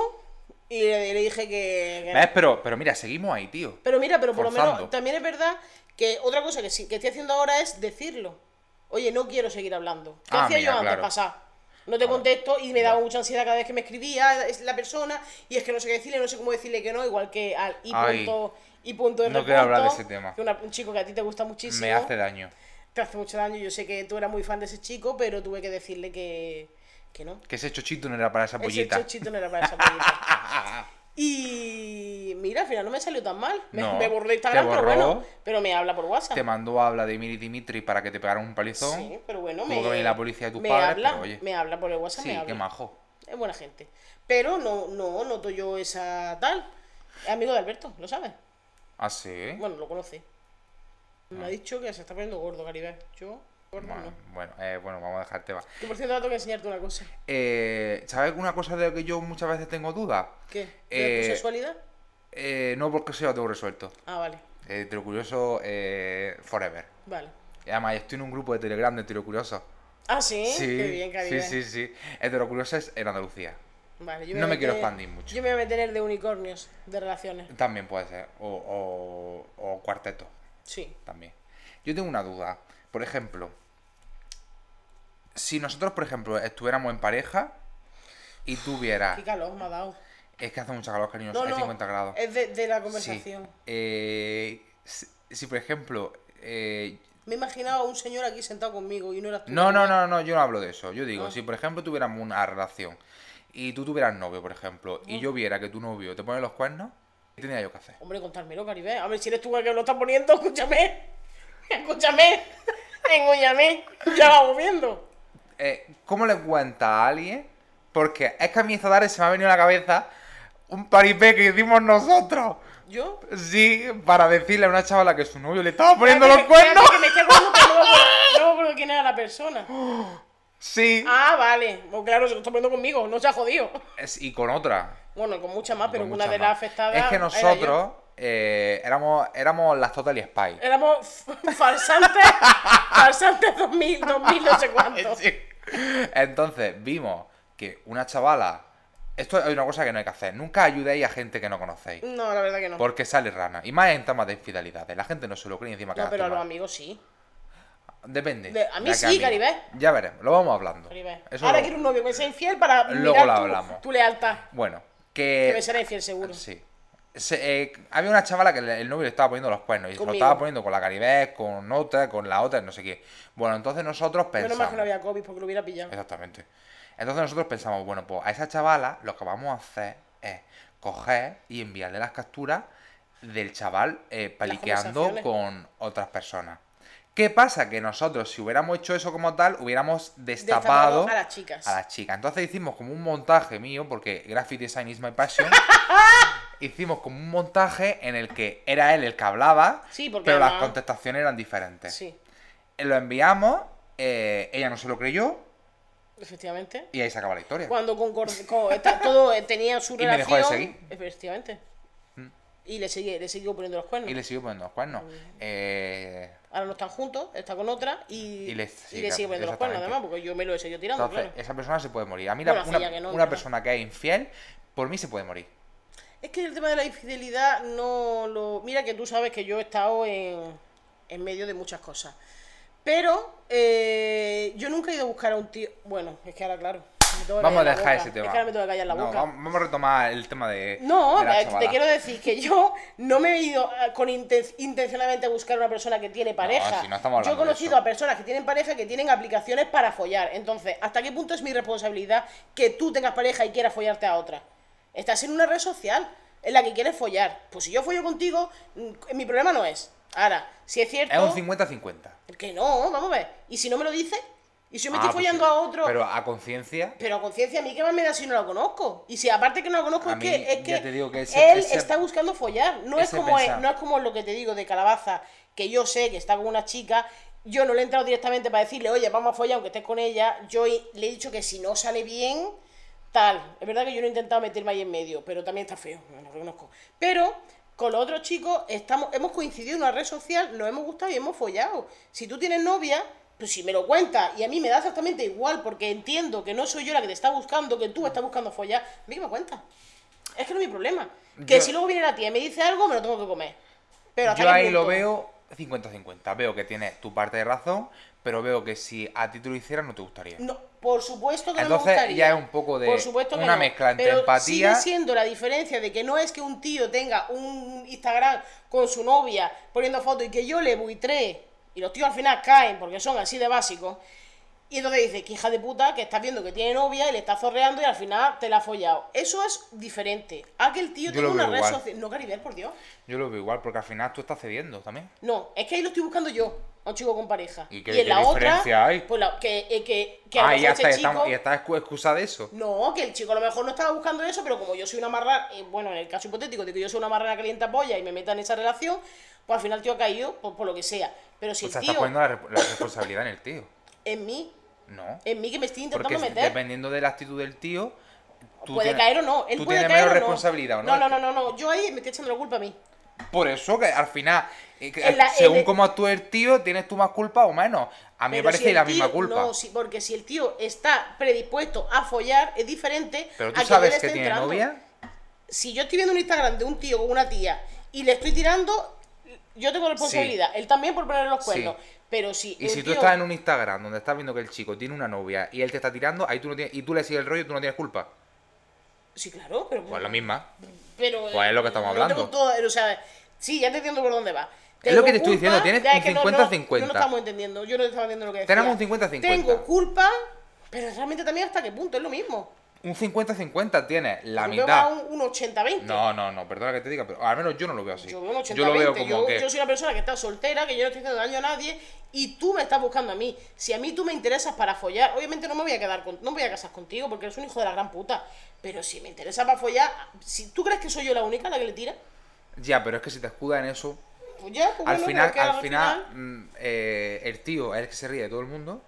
y le, le dije que... que
¿Ves? Pero, pero mira, seguimos ahí, tío.
pero mira, pero por lo
Forzando.
menos también es verdad que otra cosa que, sí, que estoy haciendo ahora es decirlo. Oye, no quiero seguir hablando. ¿Qué
Ah,
hacía
mira,
yo antes?
claro.
Pasar. No te
Claro.
contesto y me daba
Ya.
mucha ansiedad cada vez que me escribía es la persona y es que no sé qué decirle, no sé cómo decirle que no, igual que al y
Ay.
punto, y punto
No
R
quiero hablar de
punto,
ese tema.
que una- un chico que a ti te gusta muchísimo,
Me hace daño.
te hace mucho daño. Yo sé que tú eras muy fan de ese chico, pero tuve que decirle que, que no.
Que ese chochito no era para esa
Ese
pollita.
chochito no era para esa pollita. Y mira, al final no me salió tan mal. Me,
No,
me borró de Instagram,
te
pero
borró.
bueno, pero me habla por WhatsApp.
Te mandó a hablar de Miri Dimitri para que te pegaran un palizón.
Sí, pero bueno,
Tuvo
me,
que venir la policía de tus
me
padres,
habla,
pero oye.
me habla por el WhatsApp, me
sí,
habla.
qué majo.
Es buena gente. Pero no, no noto yo esa tal. Es amigo de Alberto, lo sabes.
Ah, sí.
Bueno, lo conoce. Me ha
Ah.
dicho que se está poniendo gordo, Caribe. Yo, gordo
Bueno,
no.
bueno, eh, bueno, vamos a dejar el tema.
Que por cierto, ahora tengo que enseñarte una cosa.
Eh, ¿Sabes una cosa de la que yo muchas veces tengo dudas?
¿Qué? ¿De
Eh,
tu sexualidad?
Eh, no porque sea todo resuelto.
Ah, vale.
Eh, Tiro Curioso eh, Forever.
Vale.
Y además, estoy en un grupo de Telegram de Tiro Curioso.
Ah, sí.
Sí, Eh,
Qué bien, Caribe.
sí, sí, sí. El Tiro Curioso es en Andalucía.
Vale, yo
No
voy a
me quiero
meter-
expandir mucho.
Yo me voy a meter el de unicornios, de relaciones.
También puede ser. O, o, o cuarteto,
Sí.
también. Yo tengo una duda. Por ejemplo, si nosotros, por ejemplo, estuviéramos en pareja y tuvieras.
Qué calor me ha dado.
Es que hace mucho calor, cariño,
No,
es
no,
50 grados.
Es de, de la
Sí.
conversación.
Eh, si, si, por ejemplo. eh,
Me imaginaba a un señor aquí sentado conmigo y no eras tú.
no, no, no, no, yo no hablo de eso. Yo digo,
Ah.
si por ejemplo tuviéramos una relación y tú tuvieras novio, por ejemplo,
Ah.
y yo viera que tu novio te pone los cuernos, ¿qué tendría yo que hacer?
Hombre, contármelo, Caribe. A ver, si eres tú el que lo está poniendo, escúchame. Escúchame. Engúñame. Ya vamos viendo.
Eh, ¿Cómo le cuentas a alguien? Porque es que a mí esta tarde se me ha venido a la cabeza un paripé que hicimos nosotros.
¿Yo?
Sí, para decirle a una chavala que su novio le estaba poniendo los
Espérate,
cuernos.
espérate, Que me estoy acordando, pero no me acuerdo- no me acuerdo quién era la persona.
Sí,
Ah, vale. Bueno, claro, se lo está poniendo conmigo. No se ha jodido.
Es- y con otra.
Bueno, con mucha más, Ah, pero
con
una
muchas
de
más.
las afectadas.
Es que
era yo.
nosotros eh, éramos, éramos las Total y Spy.
Éramos f- farsantes. farsantes 2000, 2000, no sé cuánto.
Sí. Entonces vimos que una chavala. Esto es una cosa que no hay que hacer. Nunca ayudéis a gente que no conocéis.
No, la verdad que no.
Porque sale rana. Y más en temas de infidelidades. La gente no se lo cree y encima
No,
quedas
pero a
tú
los
mal.
amigos sí.
Depende.
De- a mí
de qué
sí,
amigo.
Caribe.
Ya veremos, lo vamos hablando.
Caribe.
Eso
Ahora
lo-
quiero un novio que sea infiel para
Luego
mirar
la
tu-
hablamos.
tu lealtad.
Bueno,
Que
que.
me será infiel seguro.
Sí. Se- eh, había una chavala que le- el novio le estaba poniendo los cuernos y se lo
Conmigo.
estaba poniendo con la Caribe, con otra, con la otra, no sé qué. Bueno, entonces nosotros
Menos
pensamos.
mal que no había COVID porque lo hubiera pillado.
Exactamente. Entonces nosotros pensamos, bueno, pues a esa chavala lo que vamos a hacer es coger y enviarle las capturas del chaval eh, paliqueando
conversaciones.
con otras personas. ¿Qué pasa? Que nosotros, si hubiéramos hecho eso como tal, hubiéramos destapado,
Destapado a las chicas.
a las chicas. Entonces hicimos como un montaje mío, porque Graphic Design is my passion. hicimos como un montaje en el que era él el que hablaba,
Sí, porque
pero las
además-
contestaciones eran diferentes.
Sí,
Eh, Lo enviamos, eh, ella no se lo creyó,
efectivamente.
y ahí se acaba la historia.
Cuando con, con- esta- todo eh, tenía su
me
relación.
dejó de Mm.
Efectivamente. Y le siguió le siguió poniendo los cuernos.
Y le sigo poniendo los cuernos. Eh,
Ahora no están juntos, está con otra y,
Y le sigue-
sigue poniendo los cuernos,
exactamente.
además, porque yo me lo he seguido tirando,
entonces,
Ah, claro.
esa persona se puede morir. A mí la-
Bueno, hace
una,
ya que no,
una
claro.
persona que es infiel, por mí se puede morir.
Es que el tema de la infidelidad no lo. Mira que tú sabes que yo he estado en, en medio de muchas cosas. Pero eh, yo nunca he ido a buscar a un tío. Bueno, es que ahora, claro. me tengo que
Vamos a
callar la
dejar
boca.
ese tema.
Es que ahora me tengo que callar la
No,
boca.
vam- Vamos a retomar el tema de.
No,
de la
eh, te
chavala.
quiero decir que yo no me he ido eh, con inten- intencionalmente a buscar una persona que tiene pareja.
si no estamos hablando
yo he
de
conocido
eso.
a personas que tienen pareja que tienen aplicaciones para follar. Entonces, ¿hasta qué punto es mi responsabilidad que tú tengas pareja y quieras follarte a otra? Estás en una red social en la que quieres follar. Pues si yo follo contigo, mm, mi problema no es. Ahora, si es cierto
Es un 50-50.
que no, vamos a ver. ¿Y si no me lo dices? ¿Y si yo me
Ah,
estoy
pues
follando
sí.
a otro?
Pero a conciencia.
Pero a conciencia, ¿a mí qué más me da si no la conozco? Y si aparte que no la conozco,
A
es
mí,
que,
ya
es que,
te digo que ese-
él
ese-
está buscando follar. No es,
ese
como
pensar-
no es como lo que te digo de Calabaza, que yo sé que está con una chica. Yo no le he entrado directamente para decirle, oye, vamos a follar aunque estés con ella. Yo he- le he dicho que si no sale bien, tal. Es verdad que yo no he intentado meterme ahí en medio, pero también está feo, no lo reconozco. Pero con los otros chicos estamos, hemos coincidido en una red social, nos hemos gustado y hemos follado. Si tú tienes novia, pues si me lo cuentas, y a mí me da exactamente igual, porque entiendo que no soy yo la que te está buscando, que tú estás buscando follar, a mí que me cuentas. Es que no es mi problema. Que
Yo-
si luego viene la tía y me dice algo, me lo tengo que comer. Pero hasta
Yo
qué
ahí lo
punto.
veo 50-50. Veo que tienes tu parte de razón, pero veo que si a ti te lo hicieran no te gustaría.
No, por supuesto que no me
Entonces,
gustaría.
ya es un poco de-
Por supuesto que
una
no,
mezcla entre
pero
empatía-
Sigue siendo la diferencia de que no es que un tío tenga un Instagram con su novia poniendo fotos y que yo le buitré. Y los tíos al final caen porque son así de básicos. Y entonces dices, que hija de puta, que estás viendo que tiene novia y le estás zorreando y al final te la ha follado. Eso es diferente. A que el tío
Yo
tenga
lo
una
veo
red
igual.
social. No, Caribel, por Dios.
Yo lo veo igual, porque al final tú estás cediendo también.
No, es que ahí lo estoy buscando yo, a un chico con pareja.
¿Y qué-
en
qué
la
diferencia
otra,
hay?
pues la- que, eh, que, que a lo
Ah, y
mejor
ya
ese
está, ya
chico-
estamos- y está excu- excusa de eso.
No, que el chico a lo mejor no estaba buscando eso, pero como yo soy una marrana, eh, bueno, en el caso hipotético de que yo soy una marrana caliente polla y me meta en esa relación, pues al final el tío ha caído por, por lo que sea. Pero si
O
el
sea,
tío
estás poniendo la, re- la responsabilidad en el tío.
en mí,
No.
en mí que me estoy intentando
Porque
meter,
dependiendo de la actitud del tío, tú
puede
tienes-
caer o no. Él
tú
puede
tienes
caer
menos
o no.
responsabilidad o no.
No, no, no, no, no, yo ahí me estoy echando la culpa a mí.
Por eso que al final, eh, que
En la-
según
en-
cómo actúe el tío, tienes tú más culpa o menos. A mí me
Pero
parece
si el
la
tío-
misma culpa.
No, sí, porque si el tío está predispuesto a follar, es diferente.
Pero
a
tú
que yo le
sabes que
esté
tiene
entrando.
novia.
Si yo estoy viendo un Instagram de un tío con una tía y le estoy tirando, yo tengo responsabilidad. Él también por poner los cuernos.
Sí.
Pero si.
Y si tú estás en un Instagram donde estás viendo que el chico tiene una novia y él te está tirando, ahí tú no tienes, y tú le sigues el rollo, tú no tienes culpa.
Sí, claro, pero.
Pues la misma.
pero,
pues es lo que
eh,
estamos
no
hablando.
tengo todo- o sea, sí, ya te entiendo por dónde va.
Es lo que
Tengo
te estoy
culpa-
diciendo, tienes
ya,
un
es que no-
50-50.
No, no, estamos entendiendo, yo no estaba entendiendo lo que decía.
Tenemos un 50-50.
Tengo culpa, pero realmente también hasta qué punto, es lo mismo.
Un 50-50 tienes, la
Yo veo
mitad.
más un, un 80-20.
No, no, no, perdona que te diga, pero al menos yo no lo veo así.
Yo veo un 80
yo lo veo como
yo,
que.
yo soy una persona que está soltera, que yo no estoy haciendo daño a nadie y tú me estás buscando a mí. Si a mí tú me interesas para follar, obviamente no me voy a quedar con, no me voy a casar contigo porque eres un hijo de la gran puta. Pero si me interesa para follar, si tú crees que soy yo la única la que le tira,
Ya, pero es que si te escuda en eso,
pues ya, pues
al
bueno,
final,
me quedo
al final, mm, eh, el tío es el que se ríe de todo el mundo.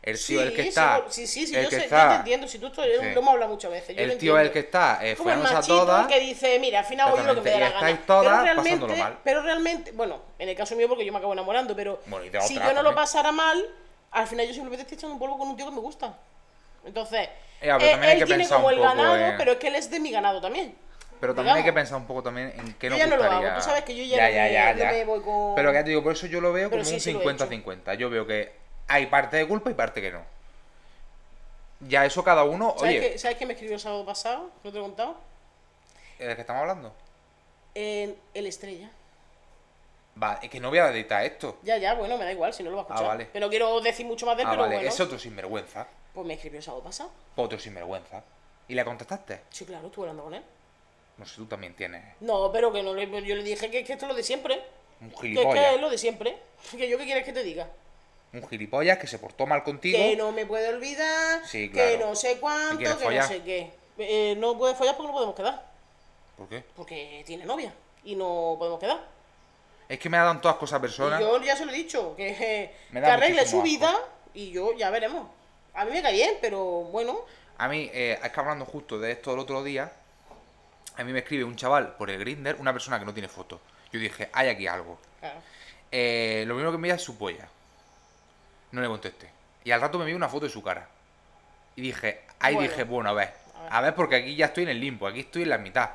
El tío es el que
sí,
está.
Sí, sí, sí,
el
yo,
que
sé,
está-
yo te entiendo. Si tú esto eres un-
Sí.
lo hemos hablado muchas veces. Yo
El
lo
tío es el
entiendo.
que está eh,
como el
follándose a
machito
todas.
el que dice, mira, al final hago yo lo que me da la
Exactamente, y estáis
gana.
todas
pero realmente,
pasándolo mal.
pero realmente, bueno, en el caso mío porque yo me acabo enamorando, pero
Bueno, y de
si yo
otra
no lo
también.
pasara mal, al final yo simplemente estoy echando un polvo con un tío que me gusta. Entonces,
Eh, a ver,
él-
también hay
él
que
tiene
pensar
como
un
el
poco,
ganado,
eh.
pero es que él es de mi ganado también.
Pero también hay que
Digamos.
pensar un poco también en qué
Yo
nos
ya no lo hago,
gustaría.
tú sabes que yo ya no me- no me voy con-
Pero ya te digo, por eso yo lo veo
Pero
como
sí,
un
sí lo he hecho.
50-50. Yo veo que hay parte de culpa y parte que no. Ya eso cada uno,
¿Sabes,
oye,
qué- ¿Sabes qué me escribió el sábado pasado? ¿No te lo he contado?
¿de qué estamos hablando?
En El Estrella.
Va, es que no voy a editar esto.
Ya, ya, bueno, me da igual si no lo vas a
Ah,
escuchar.
vale.
Que no quiero decir mucho más de él,
Ah,
pero
vale,
bueno.
es otro sinvergüenza.
Pues me escribió el sábado pasado.
Otro sinvergüenza. ¿Y le contestaste?
Sí, claro, estuve hablando con él.
No sé, tú también tienes
No, pero que no le, yo le dije que, que esto es lo de siempre.
un
Que es que es
gilipollas.
lo de siempre. Que yo qué quieres que te diga.
Un gilipollas que se portó mal contigo.
Que no me puede olvidar,
Sí,
que
claro.
no sé cuánto,
¿Y
que
quieres follar?
no sé qué. Eh, no puede follar porque no podemos quedar.
¿Por qué?
Porque tiene novia y no podemos quedar.
Es que me ha dado en todas cosas personas.
Y yo ya se lo he dicho, que, eh,
Me
que
da
arregle su
muchísimo
vida
asco.
y yo ya veremos. A mí me cae bien, pero bueno,
A mí, eh, es que hablando justo de esto el otro día, a mí me escribe un chaval por el Grinder, una persona que no tiene foto. Yo dije, hay aquí algo.
claro.
Eh, lo primero que me da es su polla. No le contesté. Y al rato me vi una foto de su cara. Y dije, ahí
Bueno.
dije, bueno, a ver.
A ver.
A ver, porque aquí ya estoy en el limbo, aquí estoy en la mitad.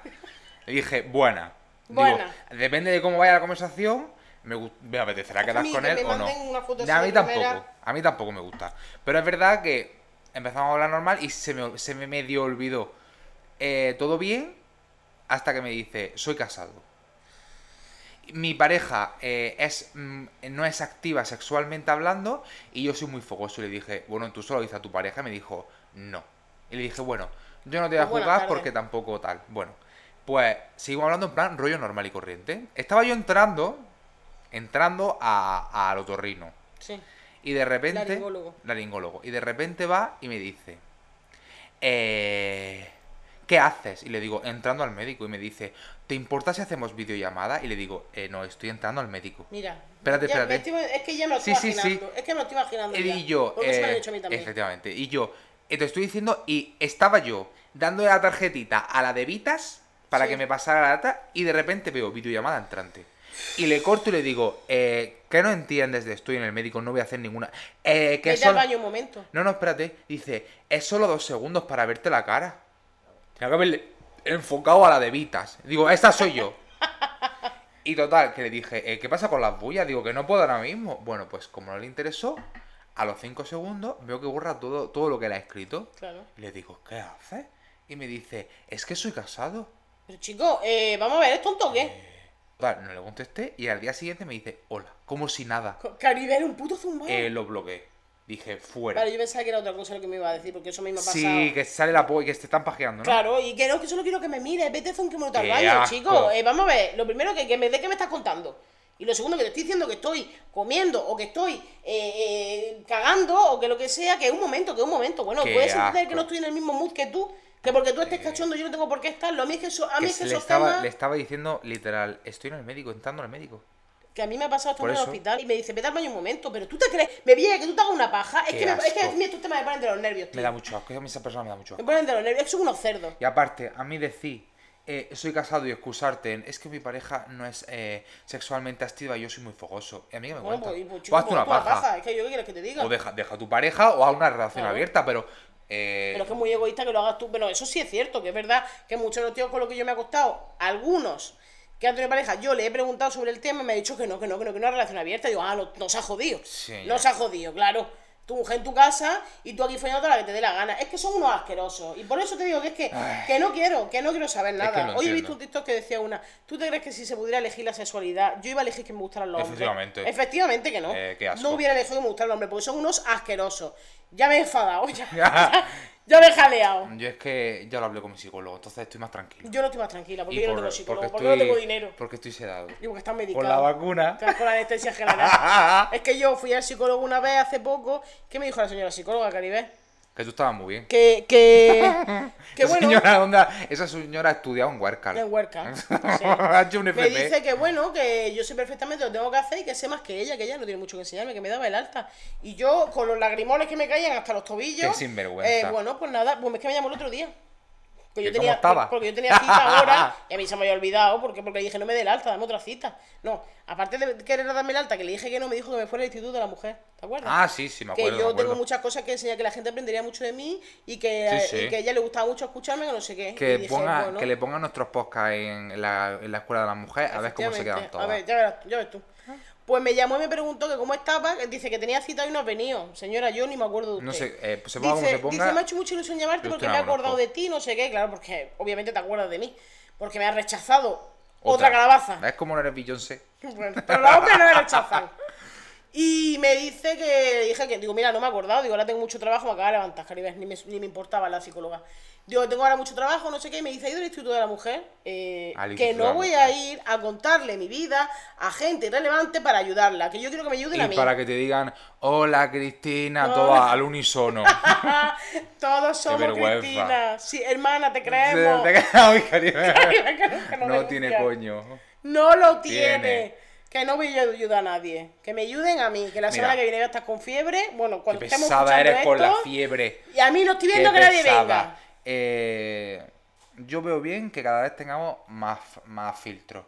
Y dije, buena. Digo,
Buena.
depende de cómo vaya la conversación, me, gust- me apetecerá
A
quedar
mí
con
que
él
me
o no.
manden una foto así
a
de
mí tampoco,
primera.
a mí tampoco me gusta. Pero es verdad que empezamos a hablar normal y se me, se me medio olvidó. Eh, Todo bien hasta que me dice, soy casado. Mi pareja eh, es mm, no es activa sexualmente hablando y yo soy muy fogoso. Y le dije, bueno, tú solo dices a tu pareja. Y me dijo, no. Y le dije, bueno, yo no te voy a
Buenas
jugar
tardes.
porque tampoco tal. Bueno, pues seguimos hablando en plan rollo normal y corriente. Estaba yo entrando, entrando a, al otorrino.
Sí.
Y de repente.
Laringólogo.
laringólogo. Y de repente va y me dice. eh, ¿Qué haces? Y le digo, entrando al médico. Y me dice, ¿te importa si hacemos videollamada? Y le digo, "Eh, no, estoy entrando al médico.
Mira.
Espérate,
ya me
espérate.
estoy- es que ya me lo
Sí,
estoy
sí, sí.
imaginando. Es que me lo estoy imaginando.
Él
ya.
y yo.
Porque se me lo
eh,
han hecho a mí también.
Efectivamente. Y yo, eh, te estoy diciendo, y estaba yo dándole la tarjetita a la de Vitas para
Sí.
que me pasara la data y de repente veo videollamada entrante. Y le corto y le digo, eh, ¿qué no entiendes de estoy en el médico? No voy a hacer ninguna. Eh, que
Vete
son...
al baño un momento.
No, no, espérate. Dice, es solo dos segundos para verte la cara. Tenía que haberle enfocado a la de Vitas. Digo, esta soy yo. Y total, que le dije, "Eh, ¿qué pasa con las bullas? Digo, que no puedo ahora mismo. Bueno, pues como no le interesó, a los cinco segundos veo que borra todo, todo lo que le ha escrito.
Claro.
Y le digo, ¿qué haces? Y me dice, es que soy casado.
Pero chico, eh, vamos a ver, ¿es tonto o
Eh.
qué?
Total, no le contesté y al día siguiente me dice, hola, como si nada.
Co- Caribe era un puto zumbado.
Eh, lo bloqueé. Dije, fuera.
Vale, yo pensaba que era otra cosa lo que me iba a decir, porque eso mismo ha pasado.
sí, que sale la polla y que te están pajeando, ¿no?
Claro, y que no, que solo quiero que me mires, vete hace un kilómetro al
Qué
baño,
asco.
chico. Eh, vamos a ver, lo primero que, que me dé que me estás contando. Y lo segundo que te estoy diciendo que estoy comiendo o que estoy eh, eh, cagando o que lo que sea, que es un momento, que es un momento. Bueno,
Qué
puedes entender
asco.
que no estoy en el mismo mood que tú, que porque tú estés cachondo yo no tengo por qué estarlo. A mí es que, eso, a mí
que
es que
se le,
esos
estaba,
temas-
le estaba diciendo literal, estoy en el médico, entrando al médico.
Que a mí me ha pasado
Por
estando en el
eso.
hospital y me dice, vete al baño un momento, pero tú te crees, me viene que tú te hagas una paja. Es
Qué
que, me, es que
asco.
a mí estos temas me ponen de los nervios, tío.
Me da mucho asco, a mí esa persona me da mucho
Me
asco.
ponen de los nervios, es que son unos cerdos.
Y aparte, a mí decir eh, soy casado y excusarte en, es que mi pareja no es eh, sexualmente activa y yo soy muy fogoso. Y a mí que me
Bueno,
cuenta.
pues, y, pues,
Pues
chico,
hazte
pues,
una
pues, la
paja.
paja, Es que yo qué quieres que te diga.
O deja, deja a tu pareja o a una relación
Claro.
abierta, pero... eh,
Pero es que es muy egoísta que lo hagas tú. Bueno, eso sí es cierto, que es verdad que muchos de los tíos con los que yo me he acostado, algunos que han tenido pareja, yo le he preguntado sobre el tema y me ha dicho que no, que no, que no, que no es relación abierta. digo, ah, no, no se ha jodido.
Sí.
no se ha jodido, claro. Tu mujer en tu casa y tú aquí follando a la que te dé la gana. Es que son unos asquerosos. Y por eso te digo que es que, que no quiero, que no quiero saber nada.
lo
Hoy he
entiendo.
visto un TikTok que decía una, ¿tú te crees que si se pudiera elegir la sexualidad, yo iba a elegir que me gustaran los hombres?
Efectivamente.
Efectivamente que no.
Eh, qué asco.
No hubiera elegido que me gustaran los hombres, porque son unos asquerosos. Ya me he enfadado, ya, ya- ya me he jaleado.
Yo es que ya lo hablé con mi psicólogo, entonces estoy más tranquilo.
Yo no estoy más tranquila, porque
Y
yo no
por-
tengo psicólogo, porque,
porque
no
estoy-
tengo dinero.
Porque estoy sedado.
Y porque están medicados.
Con la vacuna.
Claro, Con la anestesia general. es que yo fui al psicólogo una vez hace poco, ¿qué me dijo la señora psicóloga, Caribe?
que tú estabas muy bien.
Que, que, que
esa,
bueno,
señora, onda- esa señora ha estudiado en Huarcal.
en Huerca. sí.
ha hecho un
Me
FP.
dice que bueno, que yo sé perfectamente lo que tengo que hacer y que sé más que ella, que ella no tiene mucho que enseñarme, que me daba el alta. Y yo, con los lagrimones que me caían hasta los tobillos.
Qué sinvergüenza.
eh, bueno, pues nada, pues es que me llamó el otro día. Que yo
¿Que cómo
tenía,
estaba?
Porque yo tenía cita ahora y a mí se me había olvidado porque, porque le dije no me dé el alta, dame otra cita. No, aparte de querer darme el alta, que le dije que no, me dijo que me fuera al Instituto de la Mujer. ¿Te acuerdas?
Ah, sí, sí, me
que
acuerdo. me
yo
acuerdo.
tengo muchas cosas que enseñar, que la gente aprendería mucho de mí y que,
Sí, sí.
y que a ella le gustaba mucho escucharme, que no sé qué.
que,
Y dije,
ponga-
bueno.
que le pongan nuestros podcasts en la, en la Escuela de las Mujeres a ver cómo se
Efectivamente.
quedan todas.
A ver, ya verás, ya ves tú. Pues me llamó y me preguntó que cómo estaba, que dice que tenía cita y no has venido. Señora, yo ni me acuerdo de usted.
No sé, eh, pues se ponga
dice,
como se ponga.
dice, me ha hecho mucha ilusión llamarte
yo
porque
usted
me he
la conozco.
acordado de ti, no sé qué. Claro, porque obviamente te acuerdas de mí. Porque me ha rechazado otra,
Otra.
calabaza.
¿Ves cómo no eres Beyoncé?
Bueno, pero los hombres no me rechazan. Y me dice que, le dije que, digo, mira, no me he acordado, digo, ahora tengo mucho trabajo, me acaba de levantar, Caribes, ni me, ni me importaba la psicóloga. Digo, tengo ahora mucho trabajo, no sé qué, y me dice, he ido al Instituto de la Mujer, eh,
Al
que
Instituto de
no
la
voy
Mujer.
a ir a contarle mi vida a gente relevante para ayudarla, que yo quiero que me ayuden a mí.
Y para que te digan, hola Cristina,
No.
todas al unísono.
Todos somos
vergüenza.
Cristina. Sí, hermana, te
Se-
creemos.
te queda- Ay, cariño.
Que nos
No tiene
denuncian.
coño.
No lo tiene.
Tiene.
Que no voy a ayudar a nadie. Que me ayuden a mí. Que la
Mira.
semana que viene voy a estar con fiebre. Bueno,
Qué
cuando estemos
pesada eres
escuchando
con la
esto,
fiebre.
Y a mí no estoy
Qué
viendo que nadie
pesada.
venga.
Eh, yo veo bien que cada vez tengamos más, más filtros.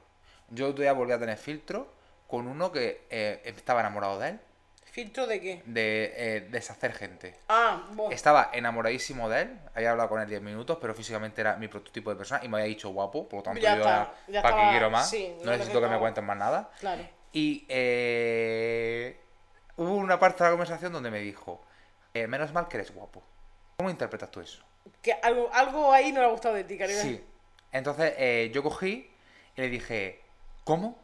Yo otro día volví a tener filtros con uno que eh, estaba enamorado de él,
¿Filtro de qué?
de eh, deshacer gente.
Ah, vos.
Estaba enamoradísimo de él, había hablado con él 10 minutos, pero físicamente era mi prototipo de persona y me había dicho guapo, por lo tanto
Ya
yo
está,
era,
ya
¿para
estaba-
qué quiero más?
sí,
no
lo
necesito que me
dejaba.
cuenten más nada.
Claro.
Y eh, hubo una parte de la conversación donde me dijo, eh, menos mal que eres guapo. ¿Cómo interpretas tú eso?
Que algo, algo ahí no le ha gustado de ti, cariño.
Sí. Entonces eh, yo cogí y le dije, ¿cómo?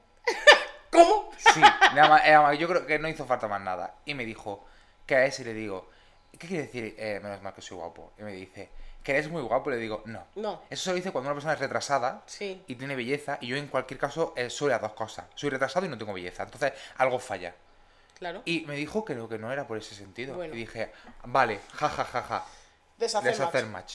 ¿Cómo?
Sí. Nada más- nada más, yo creo que no hizo falta más nada. Y me dijo, ¿qué es? Y le digo, ¿qué quiere decir eh, menos mal que soy guapo? Y me dice, ¿que eres muy guapo? Y le digo, no.
No.
Eso se lo dice cuando una persona es retrasada
Sí.
y tiene belleza. Y yo en cualquier caso eh, soy las dos cosas. Soy retrasado y no tengo belleza. Entonces algo falla.
Claro.
Y me dijo que no, que no era por ese sentido.
Bueno.
Y dije, vale, ja, ja, ja, ja.
Deshacer,
Deshacer
match.
match.